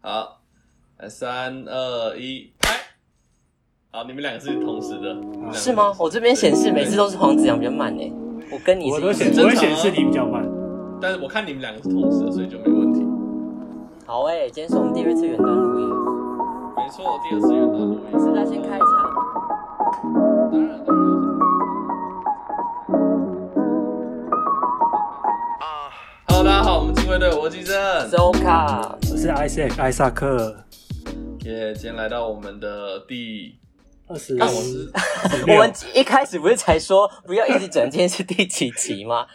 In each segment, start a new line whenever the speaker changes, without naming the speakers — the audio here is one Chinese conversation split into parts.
好，来三二一，拍！好，你们两个是同时的，你们两个
是吗？我这边显示每次都是黄子阳比较慢诶、我跟你
我
是
都显
一致
正
我
常啊
会显示你比较慢，
但是我看你们两个是同时的，所以就没问题。
好诶、今天是我们第二次远端录音，
没错，第二次元大录音
是不是要先开场？
当然，当然。Hello，大家好，我们金卫队，我是季正。
周卡，
我是 Isaac 艾萨克，
耶，今天来到我们的第，
二十
看我是
我们一开始不是才说不要一直整，今天是第几集吗？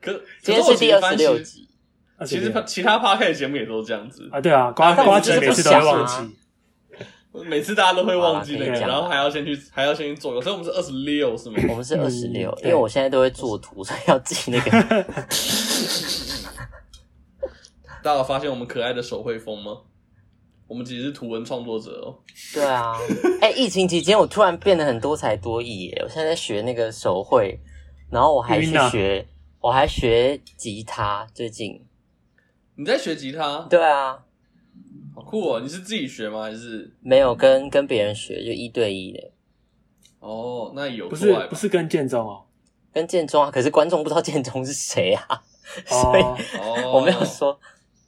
可
今天是第二十六。
可我其实发现
集，
二
其
十
实
六
其他 p o d c a s t 节目也都这样子，
啊，对啊，瓜
但我
瓜
就是
子
不
每次都会
想啊
忘记，
每次大家都会忘记那
好啦可
个，
以讲
然后还要先去，还要先去做。所以我们是二十六是吗？
我们是二十六，
嗯
因
对
为我现在都会做图，所以要记那 个。
大家有发现我们可爱的手绘风吗？我们其实是图文创作者哦。
对啊，哎、疫情期间我突然变得很多才多艺耶！我现在在学那个手绘，然后我还去
晕啊
学，我还学吉他。最近，
你在学吉他，
对啊，
好酷哦！你是自己学吗？还是
没有跟跟别人学，就一对一的。
哦，那有
不
出
是
来吧
不是跟建中 哦，
跟建中啊，可是观众不知道建中是谁啊， 所以
哦，
哦，
我没有说。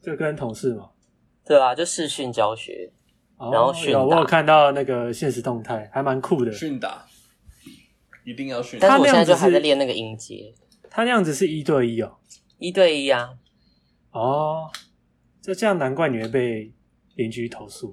就跟同事嘛，
对啊，就视讯教学，
哦
然后训
有我有
打
看到那个现实动态，还蛮酷的。
训打，一定要训
但
打
是我
那
现
样
在就
子是
还在练那个音阶，
他那样子是一对一哦，
一对一啊。
哦，就这样难怪你会被邻居投诉，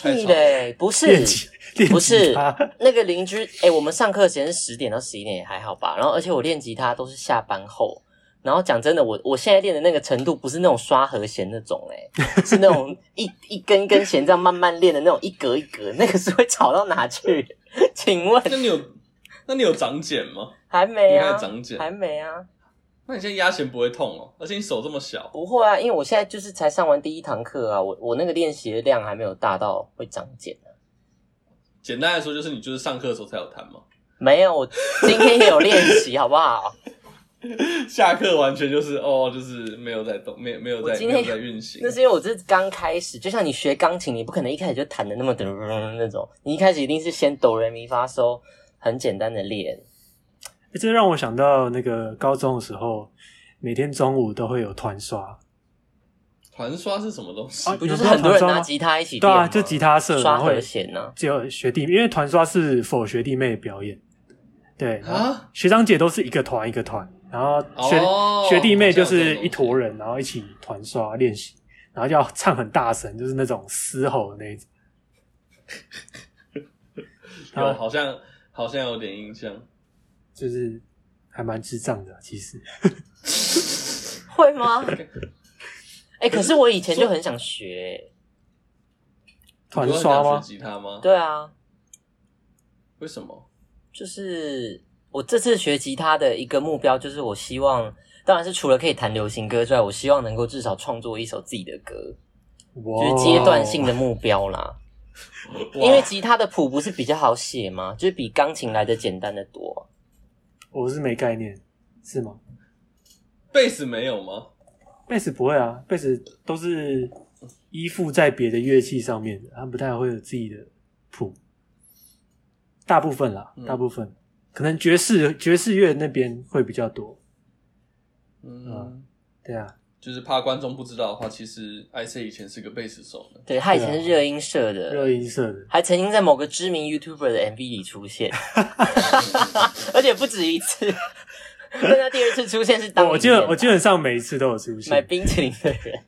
太
屁
吵了。
嘞，不
练
是。
吉练
不
吉
是
他，
那个邻居，哎、我们上课时间是十点到十一点，也还好吧。然后，而且我练吉他都是下班后。然后讲真的，我我现在练的那个程度不是那种刷和弦那种、哎，是那 种一一根一根弦这样慢慢练的那种，一格一格，那个是会吵到哪去？ 请问
那你有那你有长茧吗？
还没
应
啊
该？长茧
还没啊？
那你现在压弦不会痛哦，而且你手这么小，
不会啊，因为我现在就是才上完第一堂课啊，我我那个练习的量还没有大到会长茧啊。
简单来说就是你就是上课的时候才有弹嘛，
没有，我今天也有练习，好 不好？
下课完全就是哦，就是没有在动，没有没有
我
在
今
没
天
有在运行
那。是因为我这是刚开始，就像你学钢琴，你不可能一开始就弹的那么的那种，你一开始一定是先哆来咪发嗦，很简单的练。
欸这让我想到那个高中的时候，每天中午都会有团刷，
团刷是什么东西？
啊
不就
有
是
时候
很多人
团刷吗
拿吉他一起
对
练
啊，
吗
就吉他社，
刷
然后
和
会
弦啊呢、
只有学弟，因为团刷是否学弟妹表演，对，然后
啊，
学长姐都是一个团一个团，然后学、
哦
学弟妹就
好像有这
是
种
一坨人，然后一起团刷练习，然后就要唱很大声，就是那种嘶吼的那一 种。然
有
后
好像好像有点印象。
就是还蛮智障的，其实
会吗？ 哎、可是我以前就很想学、欸
团刷
你说很想
吗
学？吉他吗？，
对啊，
为什么？
就是我这次学吉他的一个目标，就是我希望，当然是除了可以弹流行歌之外，我希望能够至少创作一首自己的歌，就是
哇，
阶段性的目标啦。
哇
因为吉他的谱不是比较好写吗？就是比钢琴来的简单的多。
我是没概念，是吗？
贝斯没有吗？
贝斯不会啊，贝斯都是依附在别的乐器上面的，它不太会有自己的谱。大部分啦
嗯，
大部分、可能爵士爵士乐那边会比较多。
嗯，
对啊，
就是怕观众不知道的话，其实 IC 以前是个贝斯手 呢。
对他以前是热音社的，
啊热音社的
还曾经在某个知名 YouTuber 的 MV 里 出现，而且不止一次。但他第二次出现是当
我我记
里
得
面
我基本上每一次都有出
买
现，
冰淇淋的人，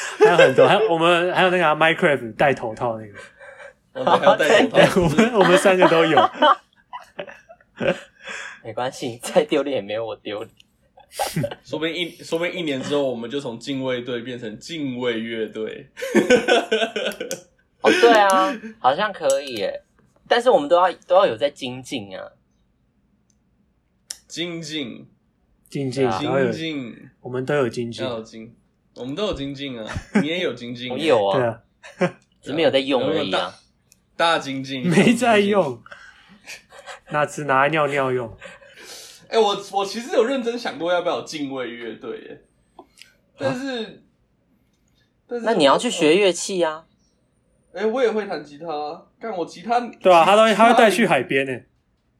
还有很多，还有我们还有那个啊、Minecraft 戴头套那个，
哦，对，还要戴口
对，
套。
我们我们三 个都有。
没关系，再丢脸也没有我丢脸。
说不定一说不定一年之后，我们就从禁卫队变成禁卫乐队。
哦，对啊，好像可以耶，但是我们都要都要有在精进啊。
精进，
静静，然后有
精进，
我们都有精进，
要有精，我们都有精进啊，你也有精进，
我有
对
啊，
啊，
只是没有在用而
有
已
没有
啊
大。大精进，
没在。用，那只拿来尿尿用。
哎、我我其实有认真想过要不要有敬畏乐队耶，但是、但是
啊那你要去学乐器啊，
哎、我也会弹吉他啊，干我吉他，
对啊吧、他都
吉
他会带去海边呢、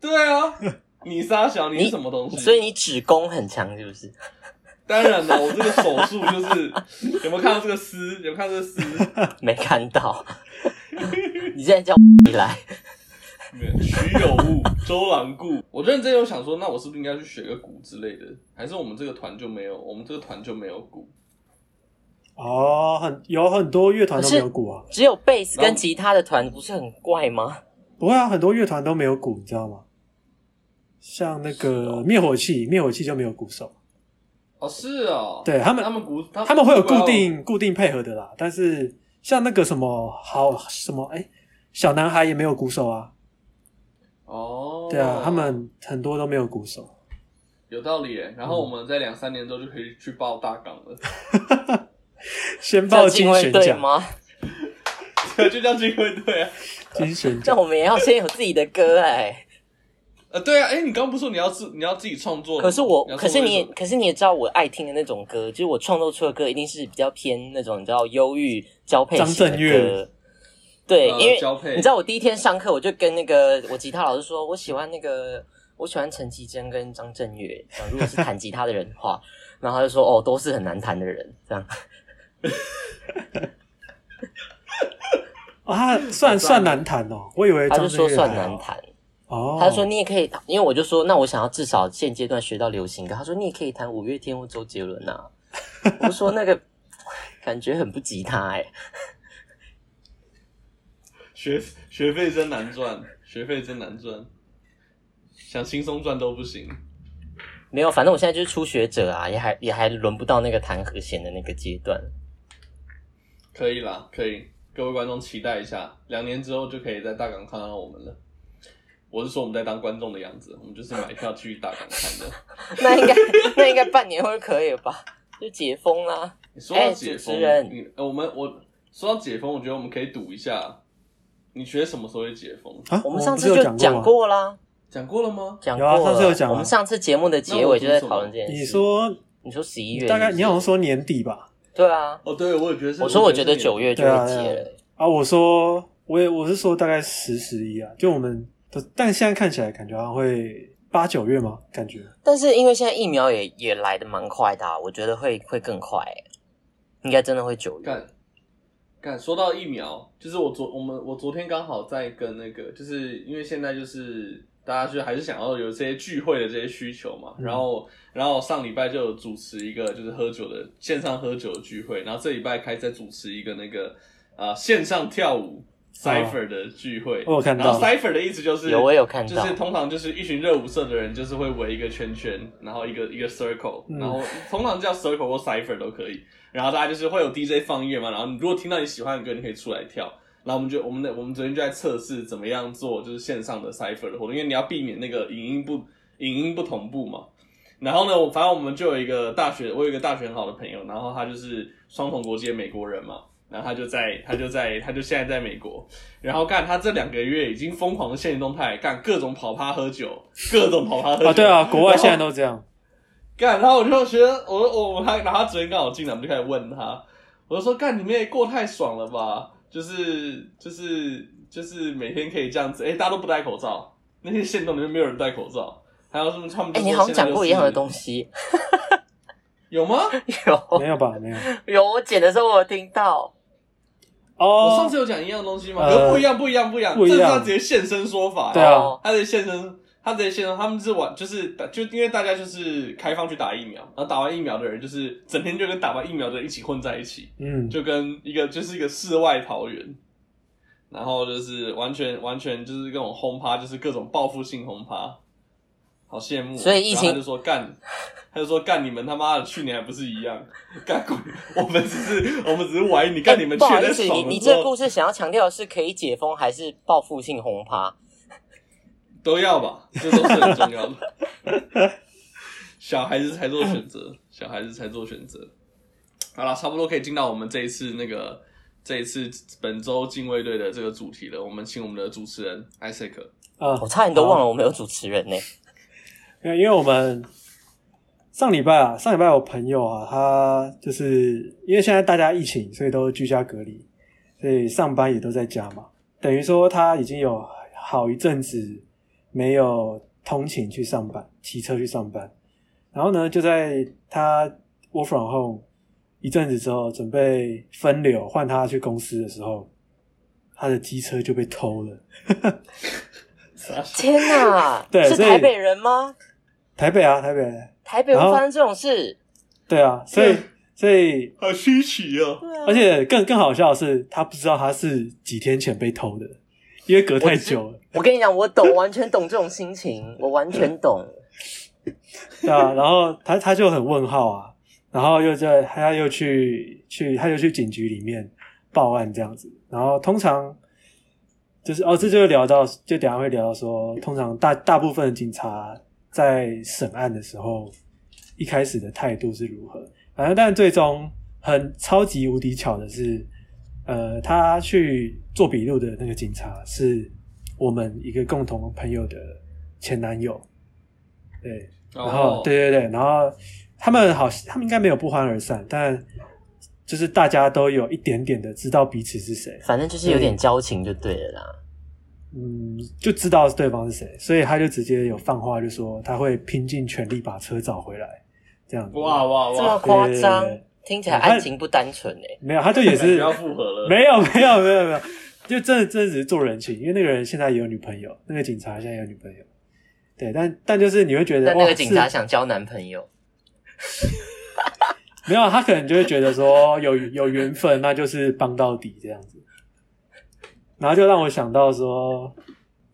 对啊， 你傻小，你
你
是什么东西？
所以你指功很强是不是？
当然了，我这个手速就是，有没有看到这个丝？有没有看到这个丝？
没看到， 你现在叫你来，
没有徐有物、周郎顾。我认真有想说，那我是不是应该去学个鼓之类的？还是我们这个团就没有？我们这个团就没有鼓？
哦，很有很多乐团都没有鼓啊，
只有贝斯
然
跟
后
吉他的团不是很怪吗？
不会啊，很多乐团都没有鼓，你知道吗？像那
哦
个灭火器，灭火器就没有鼓手，
哦，是哦，
对他们
他们鼓，他
他们会有
如果要
固定固定配合的啦。但是像那个什么好什么哎、小男孩也没有鼓手啊，
哦，
对啊，他们很多都没有鼓手。
有道理耶。然
嗯
后我们在两三年之后就可以去报大岗了，
先
这样
报
进
金
会
选
对
奖，
吗？
对，就叫军会队啊。
金选
那
奖
我们也要先有自己的歌哎、
呃，对啊，哎，你刚刚不是说你要自你要自己创作的吗？
可是我
要，
可
创
是
作一
你也，
首
可是你也知道我爱听的那种歌，就是我创作出的歌一定是比较偏那种你知道忧郁交配型
张震
的
岳
歌。对，
呃
因为
交配
你知道我第一天上课，我就跟那个我吉他老师说，我喜欢那个我喜欢陈绮贞跟张震岳，呃如果是弹吉他的人的话， 然后他就说哦，都是很难弹的人，这样
啊，算算难弹哦，我以为
他就
张震
说
岳
算
还好
难弹。
哦，
他就说你也可以，因为我就说那我想要至少现阶段学到流行歌，他说你也可以弹五月天或周杰伦啊。我就说那个 感觉很不吉他哎、
学学费真难赚，学费真难赚，想轻松赚都不行。
没有，反正我现在就是初学者啊，也还也还轮不到那个弹和弦的那个阶段。
可以啦，可以，各位观众期待一下，两年之后就可以在大港看到我们了。我是说我们在当观众的样子，我们就是买票去大港看的。
那应该那应该半年后就可以了吧？就解封啦。
你说到
哎
解
主
封，
持人
你呃我们我说到解封，我觉得我们可以赌一下，你觉得什么时候会解封？
啊，
我们
不
上
是
次
有
就
讲
讲过啦，
讲过了吗？
讲
有
过
啊
了。
上次有讲啊
我们上次节目的结尾就在讨论这件
吗，
事。
你说
你说十一月
大概
是不是
你好像说年底吧，
对啊，
哦，对，我也觉得是。
我说我觉得
是
九月就
对啊
会
对啊
结了。
啊，我说，我也我是说大概十十一啊，就我们的，但现在看起来感觉好像会八九月吗？感觉
但是因为现在疫苗也也来的蛮快的、啊，我觉得会会更快、应该真的会九月。
干干，说到疫苗，就是我昨我们我昨天刚好在跟那个，就是因为现在就是大家就还是想要有这些聚会的这些需求嘛，
嗯
然后然后上礼拜就有主持一个就是喝酒的线上喝酒的聚会，然后这礼拜开始在主持一个那个呃线上跳舞 cipher 的聚会，
我有看到
然后 cipher 的意思就是
哦有我有看
就
到
是通常就是一群热舞社的人，就是会围一个圈圈，然后一个一个 circle，
嗯
然后通常叫 circle 或 cipher 都可以。然后大家就是会有 DJ 放音乐嘛，然后你如果听到你喜欢的歌，你可以出来跳。然后我们就我们的我们昨天就在测试怎么样做就是线上的 cipher 的活动，因为你要避免那个影音不影音不同步嘛。然后呢，我反正我们就有一个大学，我有一个大学很好的朋友，然后他就是双重国籍的美国人嘛，然后他就在他就在他就现在在美国，然后干他这两个月已经疯狂的现实动态，干各种跑趴喝酒，各种跑趴喝酒
啊，对啊，国外现在
都
都这样，
干，然后我就觉得我我我他，然后他昨天刚好进来，我们就开始问他，我就说干，你们也过太爽了吧，就是就是就是每天可以这样子，哎，大家都不戴口罩，那些线动里面没有人戴口罩，还有什么他们就
哎、
说
你好像
现在
讲过一样的
就是
东西，
有吗？
有
没有吧？没有
有，我剪的时候我有听到，
我上
哦，
次有讲一样的东西吗？
呃
可是不一样，不一样，不一样，
不一样
这是他直接现身说法，
对啊
哦
他的现身，他直接现身，他们是玩就是就因为大家就是开放去打疫苗，然后打完疫苗的人就是整天就跟打完疫苗的人一起混在一起，
嗯，
就跟一个就是一个世外桃源，然后就是完全完全就是各种轰趴，就是各种报复性轰趴，好羡慕哦。
所以疫
然
情
后他就说干，他就说干你们他妈的去年还不是一样干鬼，我们只是我们只是玩你，干你们
哎不
去
好
年
意
在
思，
爽
你
的
你
时
这
候
个故事想要强调的是可以解封还是报复性轰趴？
都要吧，这都是很重要的。 小孩子才做选择，小孩子才做选择。好了，差不多可以进到我们这一次那个这一次本周禁卫队的这个主题了。我们请我们的主持人 Isaac。
啊
我，差点都忘了我们有主持人呢、
因为因为我们上礼拜啊，上礼拜我朋友啊，他就是因为现在大家疫情，所以都居家隔离，所以上班也都在家嘛。等于说他已经有好一阵子没有通勤去上班，骑车去上班。然后呢，就在他 work from home 一阵子之后，准备分流换他去公司的时候，他的机车就被偷了。
天哪，
对
是
所以
台北人吗？
台北啊，台北，
台北
然
会
后
发生这种事？
对啊，所以
对
所以，
好稀奇哦！
对啊
而且更更好笑的是，他不知道他是几天前被偷的，因为隔太久了，
我跟你讲，我懂，完全懂这种 心情，我完全懂。
对啊，然后他他就很问号啊，然后又在他又去去他就去警局里面报案这样子，然后通常就是哦，这就聊到就等一下会聊到说，通常大大部分的警察在审案的时候，一开始的态度是如何，反正但最终很超级无敌巧的是，呃，他去做笔录的那个警察是我们一个共同朋友的前男友，对。然
哦
后，对对对，然后他们好，他们应该没有不欢而散，但就是大家都有一点点的知道彼此是谁，
反正就是有点交情就对了啦。
嗯，就知道对方是谁，所以他就直接有放话，就说他会拼尽全力把车找回来，这样子。
哇，哇
这么
哇，
夸张
对对对，
听起来爱情不单纯哎、
没有，他就也
感觉
是
要复合了，
没有没有没有没有，就真的真的只是做人情，因为那个人现在也有女朋友，那个警察现在也有女朋友，对，但但就是你会觉得，
但那
哇
个警察
是
想交男朋友，
没有，他可能就会觉得说有有缘分，那就是帮到底这样子。然后就让我想到说，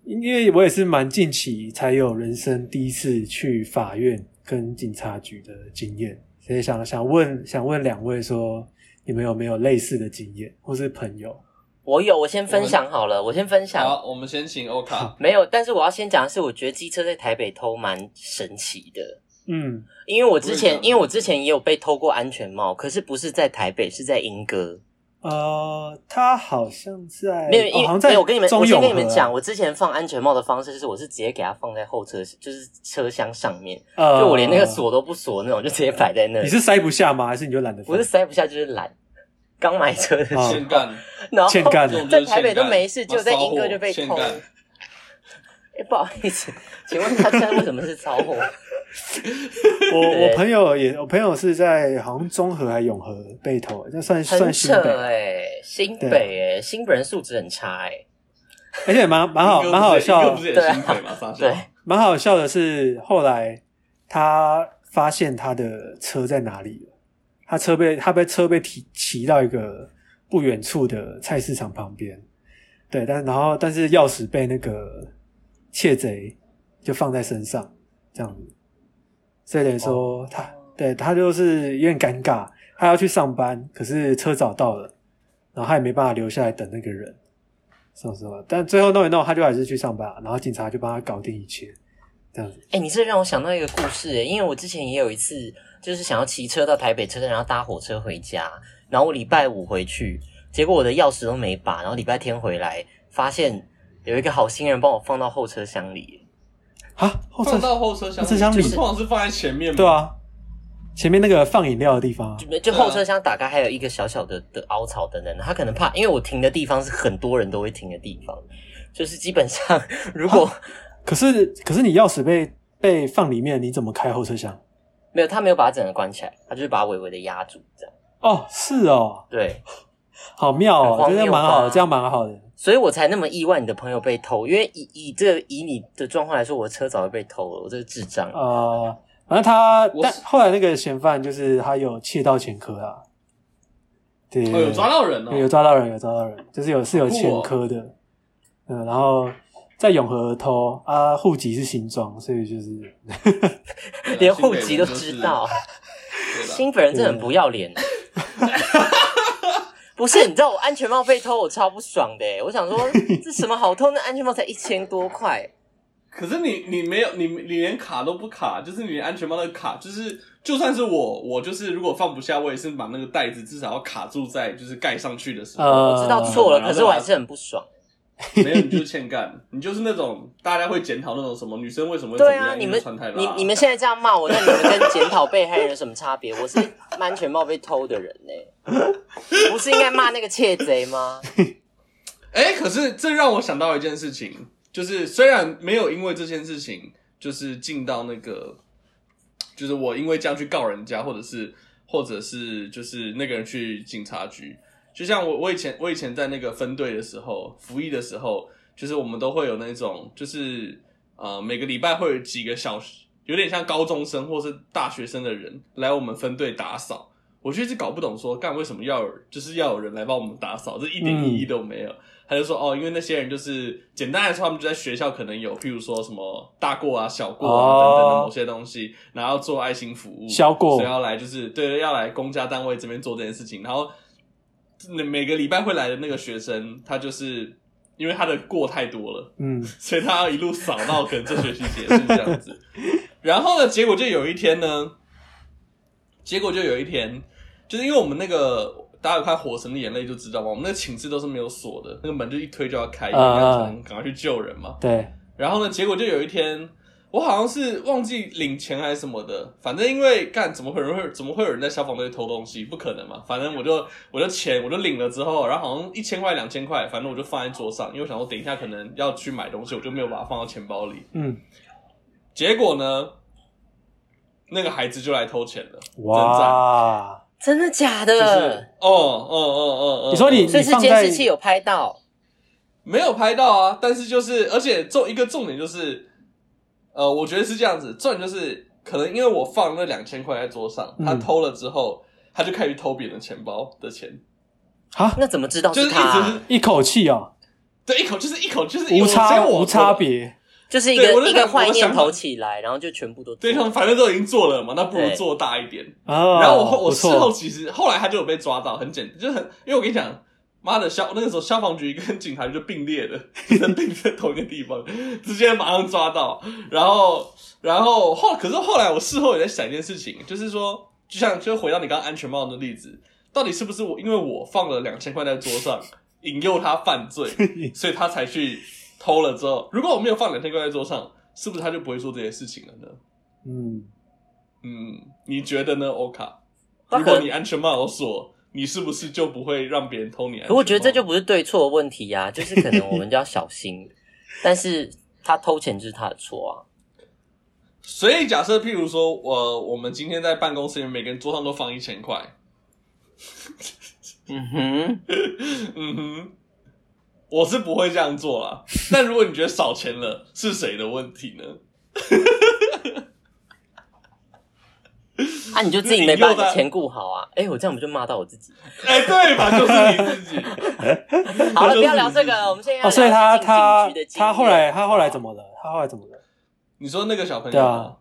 因为我也是蛮近期才有人生第一次去法院跟警察局的经验，所以想想问想问两位说，你们有没有类似的经验，或是朋友？
我有，我先分享
嗯
好了，我先分享。
好，我们先请欧卡。
没有，但是我要先讲的是，我觉得机车在台北偷蛮神奇的，
嗯，
因为我之
为什
前
么
因为我之前也有被偷过安全帽，可是不是在台北，是在莺歌。
呃，他好像在
没有，因
哦、好
为
像在
没有，我跟你们，
中
我先
永
跟你们
和啊
讲，，我之前放安全帽的方式就是，我是直接给它放在后车，就是车厢上面，
呃，
就我连那个锁都不锁那种，就直接摆在那
你
里。
是塞不下吗？还是你就懒得放？
我是塞不下，就是懒。刚买车的时候，
欠干，
然后
哦欠干
这种就
在
是欠干
台北都没事，
妈
就在英
哦骚
哥
货
就被
欠
偷。
干
哎，不好意思，请问他现在为什么是超 火？
我
对
我朋友也，我朋友是在好像中和还永和被投，那算
很
算新
扯
北，
哎、新北哎、新北人素质很差哎、
而且蛮蛮好
一哥不是
蛮好
一哥
笑
不是，也
对啊
新北吗？傻笑
对，
蛮好笑的是后来他发现他的车在哪里了，他车被他被车被提骑到一个不远处的菜市场旁边，对，但然后但是钥匙被那个窃贼就放在身上，这样子，所以等于说他对他就是有点尴尬，他要去上班，可是车找到了，然后他也没办法留下来等那个人，是不是？但最后弄一弄，他就还是去上班，然后警察就帮他搞定一切，这样子。
哎、你这让我想到一个故事、欸，因为我之前也有一次，就是想要骑车到台北车站，然后搭火车回家，然后我礼拜五回去，结果我的钥匙都没拔，然后礼拜天回来，发现有一个好心人帮我放到后车厢里、
啊，后车
放到后车厢，
后车厢里
就是通常是放在前面嘛。
对，啊，前面那个放饮料的地方啊，
就就后车厢打开还有一个小小的的凹槽等等，他可能怕，因为我停的地方是很多人都会停的地方，就是基本上 如果
可是可是你钥匙被被放里面，你怎么开后车厢？
没有他没有把它整个关起来，他就是把它微微的压住这样，
哦，是哦，
对。
好妙
很
哦，
荒
这样蛮
谬吧
好，这样蛮好的。
所以我才那么意外你的朋友被偷，因为以以这以你的状况来说，我的车早就被偷了，我这个智障。
啊
呃，反正他
我
但
是
后来那个嫌犯就是他有窃盗前科啊，对，
哦，有抓到人
嗯
哦，
对有抓到人，有抓到人，就是有是有前科的，嗯，然后在永和偷啊，户籍是新庄，所以就是
对啊
连户籍都知。道，
新
新北人真的很不要脸。
啊
不是，你知道我安全帽被偷，我超不爽的欸。我想说，这什么好偷？那安全帽才一千多块，
北人就是对啦可是你你没有你你连卡都不卡，就是你连安全帽那个卡，就是就算是我我就是如果放不下，我也是把那个袋子至少要卡住在就是盖上去的时候。
呃，
知道错了，
嗯
可是我还是很不爽。
没有你就是欠干，你就是那种大家会检讨那种什么女生为什么会怎么
对
样
啊，你
因
们
为穿太辣
你你们现在这样骂我，那你们跟检讨被害人有什么差别？我是安全帽被偷的人呢、 不是应该骂那个窃贼吗？
哎、可是这让我想到一件事情，就是虽然没有因为这件事情就是进到那个，就是我因为这样去告人家，或者是或者是就是那个人去警察局，就像我我以前我以前在那个分队的时候，服役的时候，就是我们都会有那种就是呃每个礼拜会有几个小时，有点像高中生或是大学生的人来我们分队打扫。我就一直搞不懂说干为什么要有就是要有人来帮我们打扫，这一点意义都没有。他就说哦，因为那些人就是简单来说，他们就在学校可能有，譬如说什么大过啊、小过啊、
哦
等等的某些东西，然后要做爱心服务，
小过
所以要来就是对，要来公家单位这边做这件事情。然后那每个礼拜会来的那个学生，他就是因为他的过太多了，
嗯，
所以他要一路扫到可能这学期结束这样子。然后呢，结果就有一天呢，结果就有一天，就是因为我们那个大家有看《火神的眼泪》就知道嘛，我们那个寝室都是没有锁的，那个门就一推就要开，
嗯
这样才能赶快去救人嘛。
对，
然后呢，结果就有一天，我好像是忘记领钱还是什么的，反正因为干怎么会有人会怎么会有人在消防队偷东西？不可能嘛！反正我就我就钱我就领了之后，然后好像一千块两千块，反正我就放在桌上，因为我想说等一下可能要去买东西，我就没有把它放到钱包里。
嗯，
结果呢，那个孩子就来偷钱了，真赞！
哇，
真的假
就是
的？
哦哦哦哦哦，
你说你
所以是
放
监
在
视器有拍到，
没有拍到啊，但是就是，而且重一个重点就是，呃，我觉得是这样子，重点就是可能因为我放那两千块在桌上，
嗯
他偷了之后，他就开始偷别人的钱包的钱，
啊，
那怎么知道
就是
是
一
他啊、
直是
一口气哦，
对一口就是一口就是一
无
口所以
差
我
无差，别，
就是一
对我就
个一
想
个坏
我想
念头
法
起来，然后就全部都
对他们反正都已经做了嘛，那不如
对
做大一点。
哦，
然后我后我
不
事
错
后其实后来他就有被抓到，很简就是很，因为我跟你讲，妈的消那个时候消防局跟警察局就并列的，就是并在同一个地方，直接马上抓到。然后然后后可是后来我事后也在想一件事情，就是说，就像就回到你刚刚安全帽的例子，到底是不是我因为我放了两千块在桌上，引诱他犯 罪，所以他才去偷了之后，如果我没有放两千块在桌上，是不是他就不会做这些事情了呢？
嗯，
嗯，你觉得呢，欧卡？
他
如
可能
果你安全帽有锁，你是不是就不会让别人偷你安全
可
帽？
我觉得这就不是对错的问题呀、就是可能我们就要小心。但是他偷钱就是他的错啊，
所以假设，譬如说，呃，我们今天在办公室里面，每个人桌上都放一千块，
嗯哼，
嗯哼，我是不会这样做 啦。但如果你觉得少钱了，是谁的问题呢？
啊，你就自己没把你的钱顾好啊！哎、我这样不就骂到我 自己？
哎、对吧？就是你 自己。
好了，不要聊这个了，我们现在要
哦，所以他
聊进
他
警局的经验
他后来他后来怎么了？他后来怎么了？
你说那个小朋友
对啊
吗，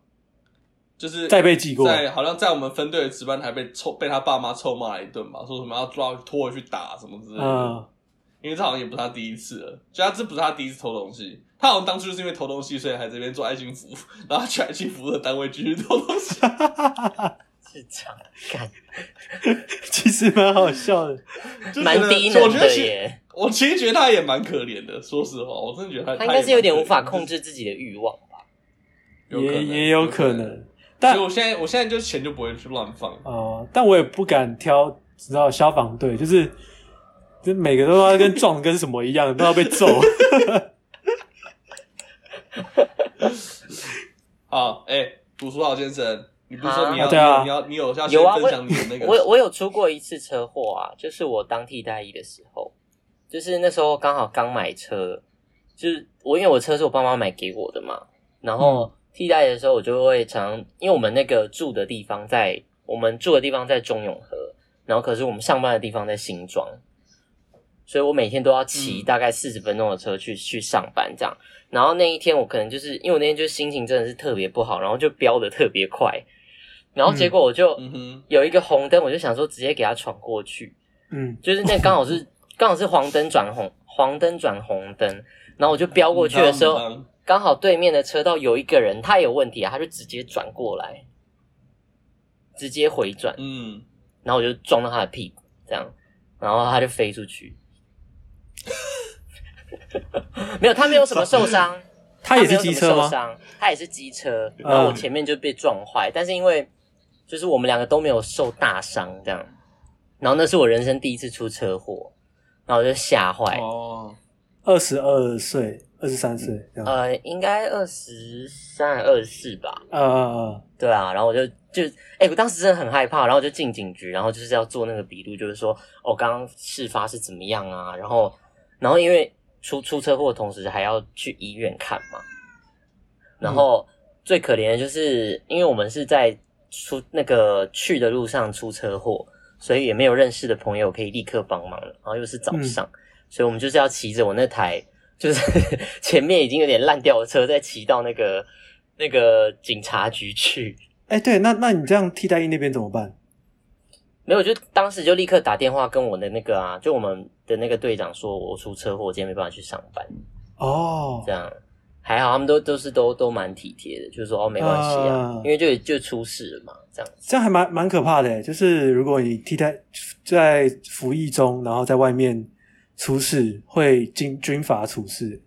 就是
再被记过？
在好像在我们分队的值班台被臭被他爸妈臭骂了一顿吧，说什么要抓拖回去打什么之类的。
嗯，
因为这好像也不是他第一次了，就他这不是他第一次偷东西，他好像当初就是因为偷东西，所以还这边做爱心服务，然后去爱心服务的单位继续偷东西。
是这样，干
其实蛮好笑的。
就觉
蛮
得
低
我
能
觉得
的
其
耶。
我其实觉得他也蛮可怜的，说实话，我真的觉得他
他应该是有点无法
制。
控制自己的欲望吧？
有可
也
能
也有可
有可
能
所
但
以我现在我现在就钱就不会去乱放。
哦，但我也不敢挑，知道消防队就是，就每个都要 跟撞得跟什么一样，都要被揍。
好，哎、读书好先生，你不是说
啊
你要、
对啊
你要你有要先
有啊
分享你的那个？
我我有出过一次车祸啊，就是我当替代役的时候，就是那时候刚好刚买车，就是我因为我车是我爸妈买给我的嘛， 然
嗯
后替代役的时候我就会常，因为我们那个住的地方在我们住的地方在中永和，然后可是我们上班的地方在新庄，所以我每天都要骑
嗯
大概四十分钟的车去、去上班这样。然后那一天我可能就是因为我那天就心情真的是特别不好，然后就飙的特别快，然后结果我就。
嗯哼，
有一个红灯，我就想说直接给他闯过去，
嗯，
就是那刚好是刚好是黄灯转红，黄灯转红灯，然后我就飙过去的时
嗯
候，
哼
刚好对面的车道有一个人，他也有问题啊，他就直接转过来，直接回转，
嗯，
然后我就撞到他的屁股，这样，然后他就飞出去。没有，他没有什么受伤，
他也是机车
他没有什么受
吗？嗯
伤，他也是机车，然后我前面就被撞坏，但是因为就是我们两个都没有受大伤这样，然后那是我人生第一次出车祸，然后我就吓坏，
哦，
二十二岁、二十三岁这样。呃
呃，应该二十三、二十四吧，
呃
对啊，然后我就就哎、我当时真的很害怕，然后我就进警局，然后就是要做那个笔录，就是说哦，刚刚事发是怎么样啊？然后，然后因为出出车祸，同时还要去医院看嘛。然后、最可怜的就是，因为我们是在出那个去的路上出车祸，所以也没有认识的朋友可以立刻帮忙了。然后又是早上，所以我们就是要骑着我那台就是 前面已经有点烂掉的车，再骑到那个那个警察局去。
哎、对，那那你这样替代役那边怎么办？
没有，就当时就立刻打电话跟我的那个啊，就我们的那个队长说，我出车祸，我今天没办法去上班。
哦
这，样还好，他们都都是都都蛮体贴的，就是说哦没关系啊
啊，
因为就就出事了嘛，这样子。
这样还蛮蛮可怕的耶。欸就是如果你替代在服役中，然后在外面出事，会经军法处事，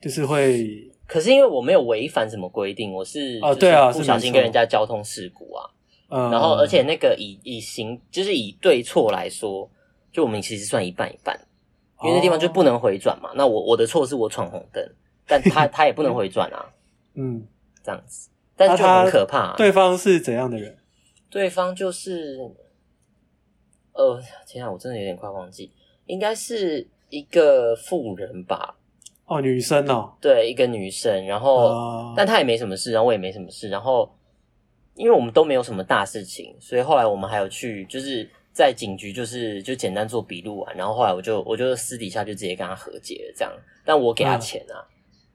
就是会
可是因为我没有违反什么规定，我是
哦
就是
对啊
不小
是没
心
错
跟人家交通事故啊。
呃，
然后而且那个以以行就是以对错来说，就我们其实算一半一半，
哦
因为那地方就不
能、
能回转嘛。那我我的错是我闯红灯，但 他他也不能回转啊，
嗯，
这样子，但是就
那他
很可怕、啊。
对方是怎样的人？
对方就是，呃，天啊，我真的有点快忘记，应该是一个妇人吧，
哦，女生哦，
对，一个女生，然后、
哦
但她也没什么事，然后我也没什么事，然后因为我们都没有什么大事情，所以后来我们还有去就是。在警局就是就简单做笔录啊，然后后来我就我就私底下就直接跟她和解了这样，但我给她
嗯
钱啊，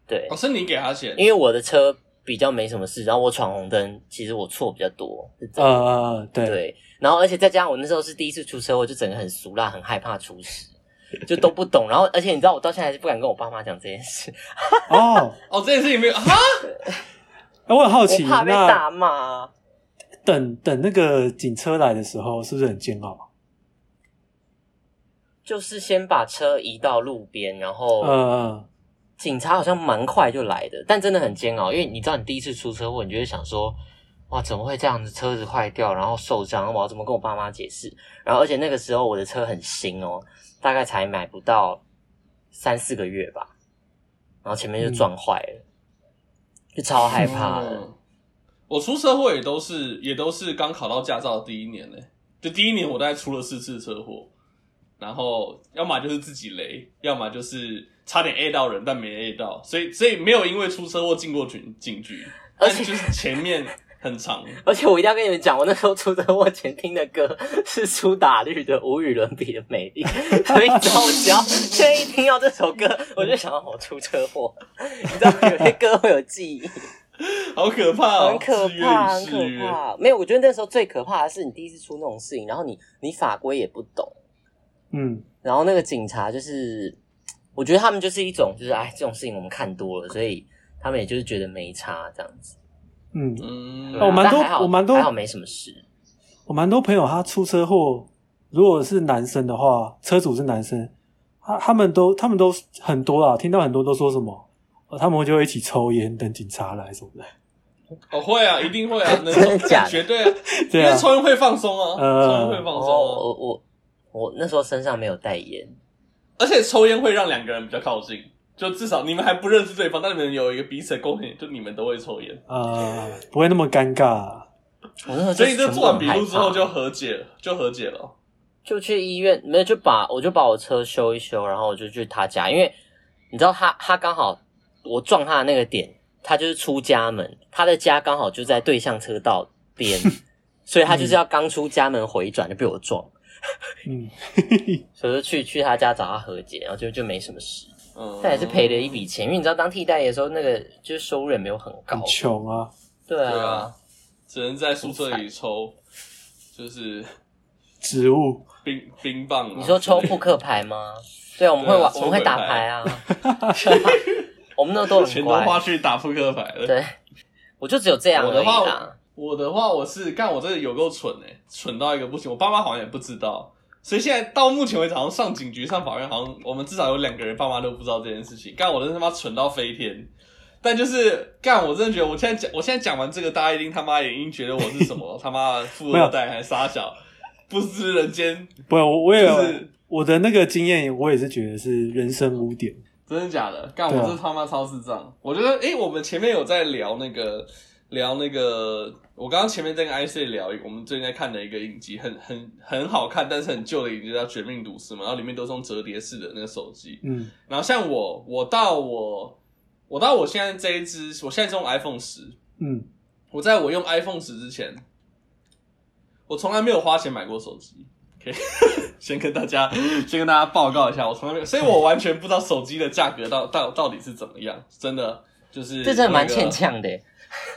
对，
哦，是你给他钱
因，为我的车比较没什么事，然后我闯红灯，其实我错比较多，是这样。
呃，对，
对，然后而且再加上我那时候是第一次出车祸，就整个很俗辣，很害怕出事，就都不懂。然后而且你知道，我到现在还是不敢跟我爸妈讲这件事，
哦，
哦，这件事情没有哈，
哎，我很好奇，
我怕被
那
打骂。啊
等等那个警车来的时候，是不是很煎熬？
就是先把车移到路边，然后、
呃，
警察好像蛮快就来的，但真的很煎熬，因为你知道你第一次出车祸，你就会想说，哇，怎么会这样子？车子坏掉，然后受伤，我要怎么跟我爸妈解释？然后而且那个时候我的车很新哦，大概才买不到三四个月吧，然后前面就撞坏了，就超害 怕的。
嗯我出车祸也都是也都是刚考到驾照的第一年呢、就第一年我大概出了四次车祸，然后要么就是自己雷，要么就是差点 A 到人但没 A 到，所以所以没有因为出车祸进过警警局，但
而且
就是前面很长，
而且我一定要跟你们讲，我那时候出车祸前听的歌是苏打绿的《无与伦比的美丽》，所以你知道我只要现在一听到这首歌，我就想到我出车祸。你知道有些歌会有 记忆，
好可怕、哦，
很可
制约
怕，
与
很
制
可
约
怕。没有，我觉得那时候最可怕的是你第一次出那种事情，然后你你法规也不懂，
嗯，
然后那个警察就是，我觉得他们就是一种就是哎，这种事情我们看多了，所以他们也就是觉得没差这样子。
嗯，
嗯，
对
哦
啊
我蛮
但
多
还好
我蛮多
还好没什么事。
我蛮多朋友他出车祸，如果是男生的话，车主是男生，他他们都他们都很多啊，听到很多都说什么，呃他们就会一起抽烟等警察来什么的，
哦会啊，一定会 啊，能
真的假的
绝对啊，
对
因
啊
为，抽烟会放松啊，
呃
抽烟会放松、啊
哦我我我那时候身上没有带烟，
而且抽烟会让两个人比较靠近，就至少你们还不认识对方，但你们有一个彼此的共同点，就你们都会抽烟，
呃，不会那么尴尬啊、
我那时候
所以
就
就做完笔录
录
之后就和解了，就和解了。
就去医院，没有就把我就把我车修一修，然后我就去他家，因为你知道他他刚好我撞他的那个点，他就是出家门，他的家刚好就在对向车道 边，所以
嗯
他就是要刚出家门回转就被我撞，
嗯，
所以就去去他家找他和解，然后就就没什么事，
嗯，
但也是赔了一笔钱，因为你知道当替代役的时候那个就是收入也没有很高
很，穷啊，
对
对
啊
啊，，只能在宿舍里抽，就是
植物，
冰冰棒、啊。
你说抽扑克牌吗？对啊，我们会
对啊
玩，
抽
我们会打
鬼牌
牌啊。我们那都很
钱都
乖，
花去打扑克牌了。
对，我就只有这样
我
而
的
已
话
啦。
欸我的话，我是干，我真的有够蠢哎、蠢到一个不行。我爸妈好像也不知道，所以现在到目前为止，好像上警局、上法院，好像我们至少有两个人爸妈都不知道这件事情。干，我真他妈蠢到飞天！但就是干，我真的觉得我现在讲，我现在讲完这个，大家一定他妈也已经觉得我是什么他妈的富二代还是傻小，不知人间，
不，我我也有
就是
我的那个经验，我也是觉得是人生污点。
真的假的？干，
对啊
我这他妈超智障！我觉得，诶、我们前面有在聊那个聊那个，我刚刚前面在跟 IC 聊一个，我们最近在看的一个影集，很很很好看，但是很旧的影集叫《绝命毒师》嘛，然后里面都是用折叠式的那个手机，
嗯
然后像我，我到我，我到我现在这一支，我现在是用 iPhone 十。
嗯，
我在我用 iPhone 十之前，我从来没有花钱买过手机。OK，先 跟大家先跟大家报告一下，我从来没有，所以我完全不知道手机的价格到到到底是怎么样。真的就是
这真的蛮
那个
欠呛的耶。欸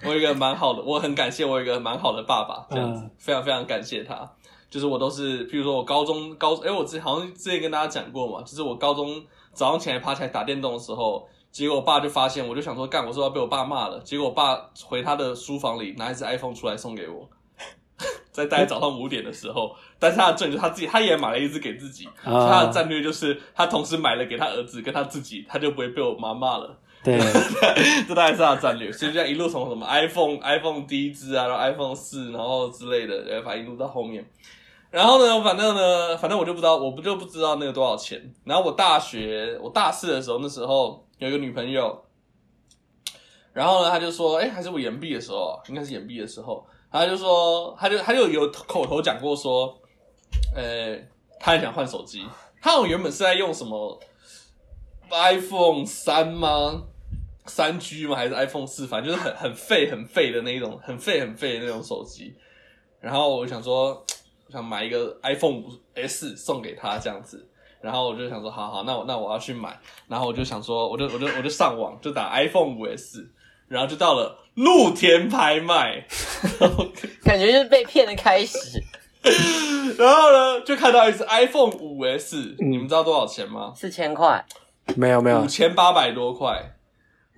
我有一个蛮好的，我很感谢我有一个蛮好的爸爸，这样子、
嗯
非常非常感谢他。就是我都是，譬如说我高中高，哎、我之前好像之前跟大家讲过嘛，就是我高中早上起来爬起来打电动的时候，结果我爸就发现，我就想说干，我说要被我爸骂了。结果我爸回他的书房里拿一只 iPhone 出来送给我， 在大概早上五点的时候，但是他的证据他自己，他也买了一只给自己，所以他的
啊，
战略就是他同时买了给他儿子跟他自己，他就不会被我妈骂了。
对，
这大概是他的战略，所以就这样一路从什么 iPhone、iPhone 第一支啊，然后 iPhone 四，然后之类的，呃，反正一路到后面。然后呢，反正呢，反正我就不知道，我不就不知道那个多少钱。然后我大学，我大四的时候，那时候有一个女朋友，然后呢，她就说，哎，还是我延毕的时候啊，应该是延毕的时候，她就说，她就她就有口头讲过说，呃，她很想换手机，她好像原本是在用什么 iPhone 三吗？三 G 吗？还是 iPhone 四？反正就是很很废、很废的那一种，很废、很废的那种手机。然后我想说，我想买一个 iPhone 五 S 送给他这样子。然后我就想说，好好，那我那我要去买。然后我就想说，我就我就我就上网就打 iPhone 五 S，然后就到了露天拍卖。然后
感觉就是被骗的开始，
然后呢，就看到一只 iPhone 五 S，、
嗯啊
你们知道多少钱吗？
四千块，
没有没有
五，千八百多块，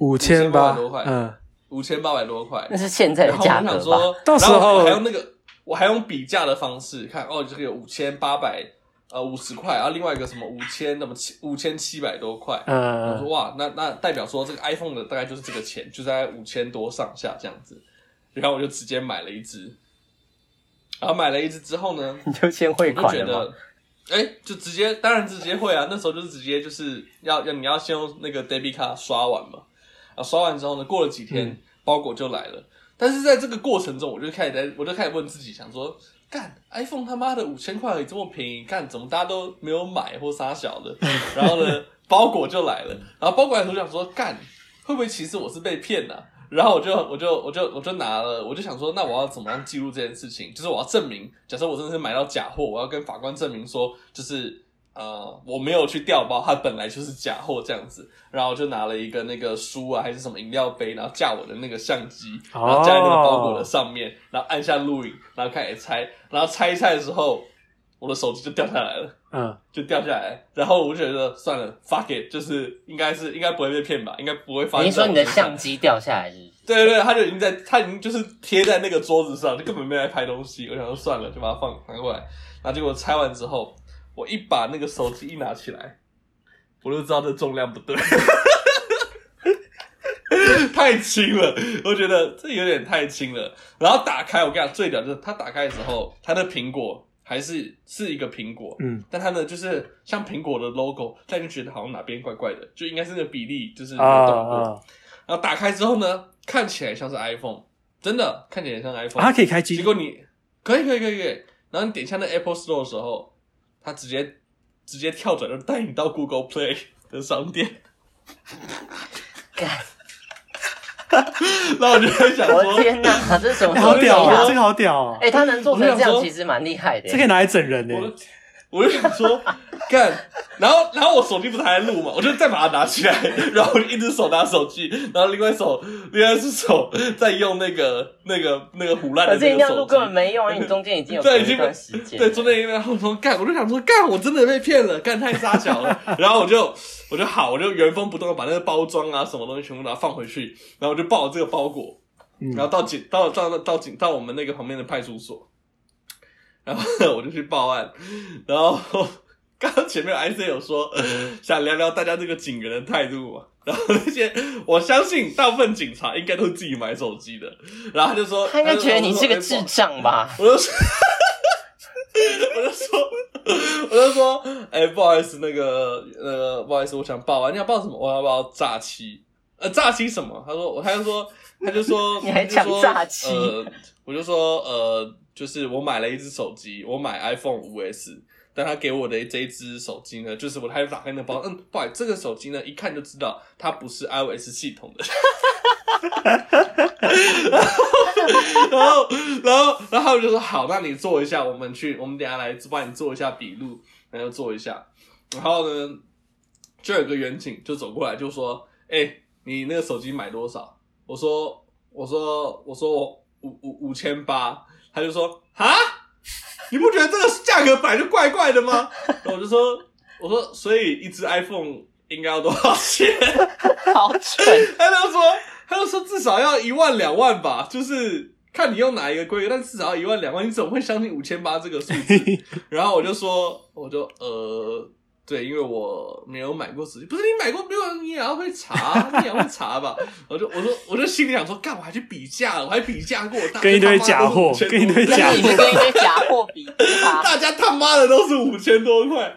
五千八
5800多块，
嗯，
五千八百多块
那。是现在的
然后
价
我就想
格吧？
说，
到时候
然后我还用那个，我还用比价的方式看，哦，这个有五千八百呃五十块，然后另外一个什么五千那么七五千七百多块，我说
呃，
哇，那那代表说这个 iPhone 的大概就是这个钱，就在五千多上下这样子，然后我就直接买了一只，然后买了一只之后呢，
你就先汇
我就
款
觉
了
得
哦
吗？。
哎、就直接，当然直接会啊！那时候就是直接就是要要你要先用那个 debit 卡刷完嘛，啊，刷完之后呢，过了几天、
嗯
包裹就来了。但是在这个过程中，我就开始在我就开始问自己，想说，干 iPhone 他妈的五千块而已这么便宜，干怎么大家都没有买或杀小的？然后呢，包裹就来了，然后包裹来的时候想说，干会不会其实我是被骗啊的、然后我就我就我就我就拿了，我就想说，那我要怎么样记录这件事情？就是我要证明，假设我真的是买到假货，我要跟法官证明说，就是呃我没有去调包，它本来就是假货这样子。然后我就拿了一个那个书啊还是什么饮料杯，然后架我的那个相机，然
哦
后架在那个包裹的上面，然后按下录影，然后开始拆，然后拆一拆的时候，我的手机就掉下来了。
嗯，
就掉下来，然后我就觉得算了，fuck it，就是应该是应该不会被骗吧，应该不会发生。
你是说你的相？机掉下来是不是？
对对对，他就已经在，他已经就是贴在那个桌子上，就根本没来拍东西。我想说算了，就把它放拿过来。然后结果拆完之后，我一把那个手机一拿起来，我就知道这重量不对， 太轻了，我觉得这有点太轻了。然后打开，我跟你讲，最屌就是它打开的时候，它的苹果还是是一个苹果，
嗯，
但它呢，就是像苹果的 logo，但就觉得好像哪边怪怪的，就应该是那个比例就是没
啊
有动过。
啊，
然后打开之后呢，看起来像是 iPhone，真的看起来像
啊
iPhone。
它可以开机
结，果你可以可以可以可以，然后你点一下那 Apple Store 的时候，它直接直接跳转就带你到 Google Play 的商店，
干，
然后我就在想
我的
说，
天哪，这是什么
哎好
手机
屌
我就
啊，
想
这
说？
个
啊
好屌啊，
哎，他能做成
我就
这
想
样，
说
其实蛮厉害的。
这可以拿来整人呢欸
我。就我就想说，干，然后然后我手机不是还在录嘛，我就再把它拿起来，然后我就一只手拿手机，然后另外手另外一只手在用那个那个那个胡乱的
欸可
那
是
个
你那样录
手
根本
机。
没用，啊因为你中间已经有
对
隔一
已经
段时间了。
对，中间因为他们说干，我就想说干，我真的被骗了，干太傻小了。然后我就我就好，我就原封不动的把那个包装啊什么东西全部把它放回去，然后我就抱着这个包裹，
嗯
然后到警到到到警到我们那个旁边的派出所，然后我就去报案，然后刚刚前面 IC 有说想聊聊大家这个警员的态度嘛，然后那些我相信大部分警察应该都是自己买手机的，然后他就哎说
他应该觉得你是个
智
智 障吧？
我就说，我就说，我就说，哎、不好意思，那个，呃，不好意思，我想报啊，你想报什么？我要报诈欺，呃，诈欺什么？他说，他就说，他就说，
你还讲
他就说
诈欺
呃，我就说，呃，就是我买了一只手机，我买 iPhone 五 S。但他给我的这一只手机呢，就是我，他就打开那包，嗯，不好意思，这个手机呢，一看就知道它不是 iOS 系统的， 然后，然后，然后他们就说好，那你做一下，我们去，我们等一下来帮你做一下笔录，然后做一下。然后呢，就有个远景就走过来就说：“哎、你那个手机买多少？”我说：“我说，我说我五五五千八。”他就说：“啊， 你不觉得这个价格本来就怪怪的吗？”然后我就说：“我说，所以一只 iPhone 应该要多少钱？”
好蠢！
他就说，他就说至少要一万两万吧，就是看你用哪一个规格，但至少要一万两万，你怎么会相信五千八这个数 字？然后我就说，我就呃，对，因为我没有买过手机，不是你买过没有？你也要会查，啊你也要会查吧。我就我说我就心里想说，干，我还去比价了，我还比价过，大家
跟一堆
他妈都是
假货
5000
跟一堆
多
假
块
那你是跟一堆假货比吧？
大家他妈的都是五千多块，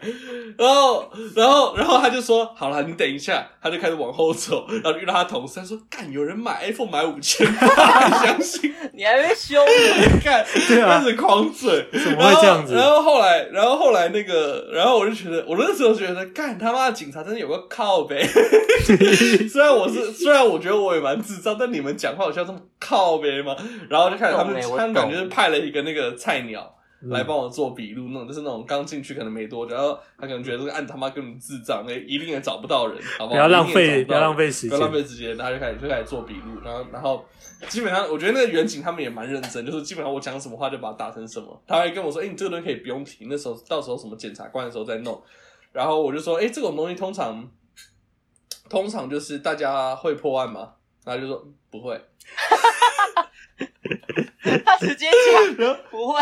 然后，然后，然后他就说：“好了，你等一下。”他就开始往后走，然后就遇到他同事，他说：“干，有人买 iPhone 买五千，你相信？
你还被羞辱？
干，
对啊
开始狂嘴，怎
么会这样子
然后后来，然后后来那个，然后我就觉得，我那时候觉得，干他妈的警察真的有个靠呗。 虽然我是，虽然我觉得我也蛮智障，但你们讲话好像这么靠呗吗？然后就开始他们，
懂欸我
他们感觉
懂
是派了一个那个菜鸟。
嗯
来帮我做笔录，那种就是那种刚进去可能没多久，然后他可能觉得这个案他妈根本智障，那一定也找不到人，好不好？
不要浪
一定
费，
也
不
找到
要
人
浪费时
不
间
要。浪费时间，他就开始就开始做笔录，然后然后基本上我觉得那个远景他们也蛮认真，就是基本上我讲什么话就把它打成什么。他还跟我说，哎、你这个东西可以不用提，那时候到时候什么检察官的时候再弄。然后我就说，哎、这种东西通常通常就是大家会破案吗？然后就说嗯不会，
他直接 讲不会，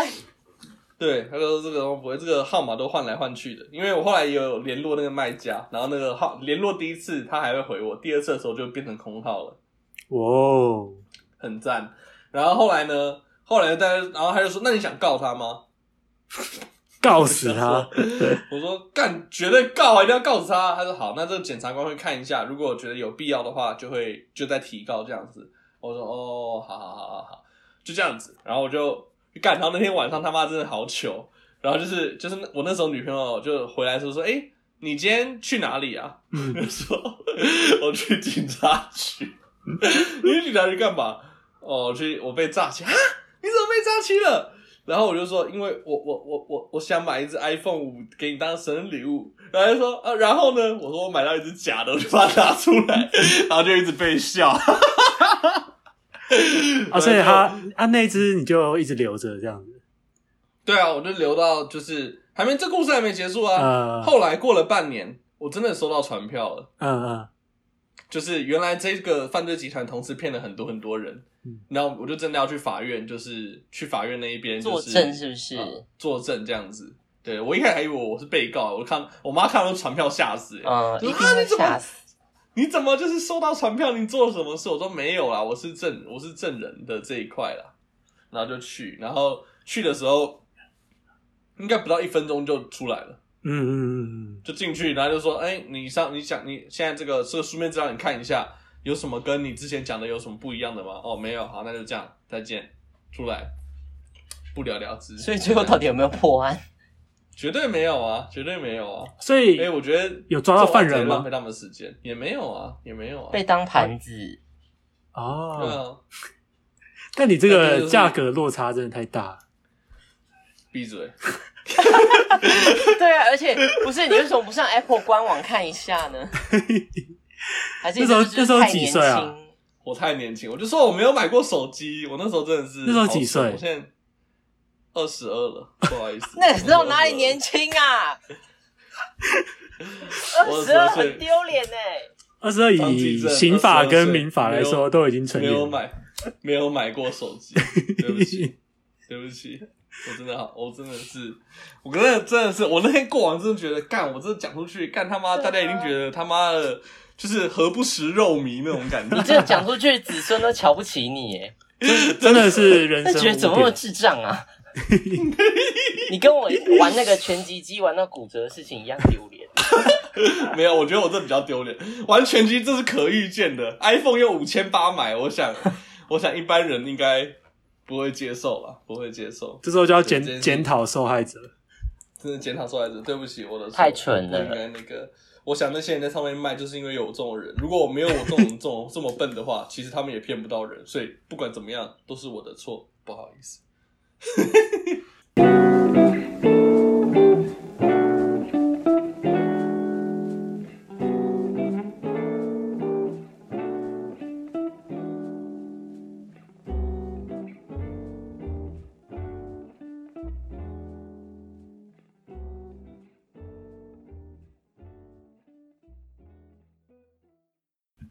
对，他说这个东西不会，这个号码都换来换去的。因为我后来也有联络那个卖家，然后那个号联络第一次他还会回我，第二次的时候就变成空号了。
哇哦，
很赞。然后后来呢？后来大家，然后他就说：“那你想告他吗
告死他！？”
我说：“干，绝对告，啊一定要告死他。”他说：“好，那这个检察官会看一下，如果觉得有必要的话，就会就再提告这样子。”我说：“哦，好好好好好，就这样子。”然后我就干，然后那天晚上他妈真的好糗。然后就是就是我那时候女朋友就回来的时候说：“哎、你今天去哪里啊？”
嗯，
我就说我去警察局， 你去警察局干嘛？哦，我去我被诈欺 啊！你怎么被诈欺了？然后我就说，因为我我我我我想买一只 iPhone 五给你当生日礼物，然后他就说啊，然后呢？我说我买到一只假的，我就把它拿出 来，然后就一直被笑。
啊，所以他啊那只你就一直留着这样子。
对啊，我就留到就是还没这故事还没结束啊。
呃，
后来过了半年，我真的收到传票了。
嗯嗯，
就是原来这个犯罪集团同时骗了很多很多人，
嗯
然后我就真的要去法院，就是去法院那一边、就
作
是、
证是不是？
啊作证这样子。对我一开始还以为我是被告，我看我妈看到传票吓死、欸
嗯，一定
啊
会
你怎么
吓死。
你怎么就是收到传票，你做了什么事？我说没有啦，我是证我是证人的这一块啦，然后就去，然后去的时候应该不到一分钟就出来了。
嗯嗯嗯嗯
就进去，然后就说：“哎、你上你想你现在这个这个书面资料，你看一下有什么跟你之前讲的有什么不一样的吗？”哦，没有，好，那就这样，再见，出来，不了了之。
所 以最后到底有没有破案？
绝对没有啊，绝对没有啊。
所
哎、
以
我觉得
有抓到犯人吗
浪费他们的时间，也没有啊，也没有啊。
被当盘子，
对
哦，
啊，
但你这
那
个
就是
价格落差真的太大。
闭嘴。
对啊，而且不是你为什么不上 Apple 官网看一下 呢？还是你
那时候
就是
那时候
太
几
年
岁啊
轻？
我太年轻，我就说我没有买过手机，我那时候真的是
那时候几岁
我现在二十二了，不好意思
。那时候哪里年轻 啊？二
我
十二
22
很丢脸哎！
二十二
当记
以
者
刑法
22
跟
岁
民法来
没有
说都已经成
没
年
有
了，
买，没有买过手机，对不起，对不起，我真的好，我真的是，我真的真的是，我那天过完真的觉得，干，我真的讲出去，干他妈，
对
大
啊
家一定觉得他妈的，就是何不食肉糜那种感觉
你。这讲出去，子孙都瞧不起你耶，
真的是人
那
生
觉得怎么那
污
么
点
智 障啊？你跟我玩那个拳击机玩到骨折的事情一样丢脸。
没有，我觉得我这比较丢脸。玩拳击这是可预见的，iPhone 又五千八买，我 想，我想一般人应该不会接受了，不会接受。
这时候就要
对
检
这
检讨受害者。
真的检讨受害者，对不起，我的错
太蠢了
我应该那个，我想那些人在上面卖，就是因为有我这种人。如果我没有我这种这种这么笨的话，其实他们也骗不到人。所以不管怎么样，都是我的错，不好意思。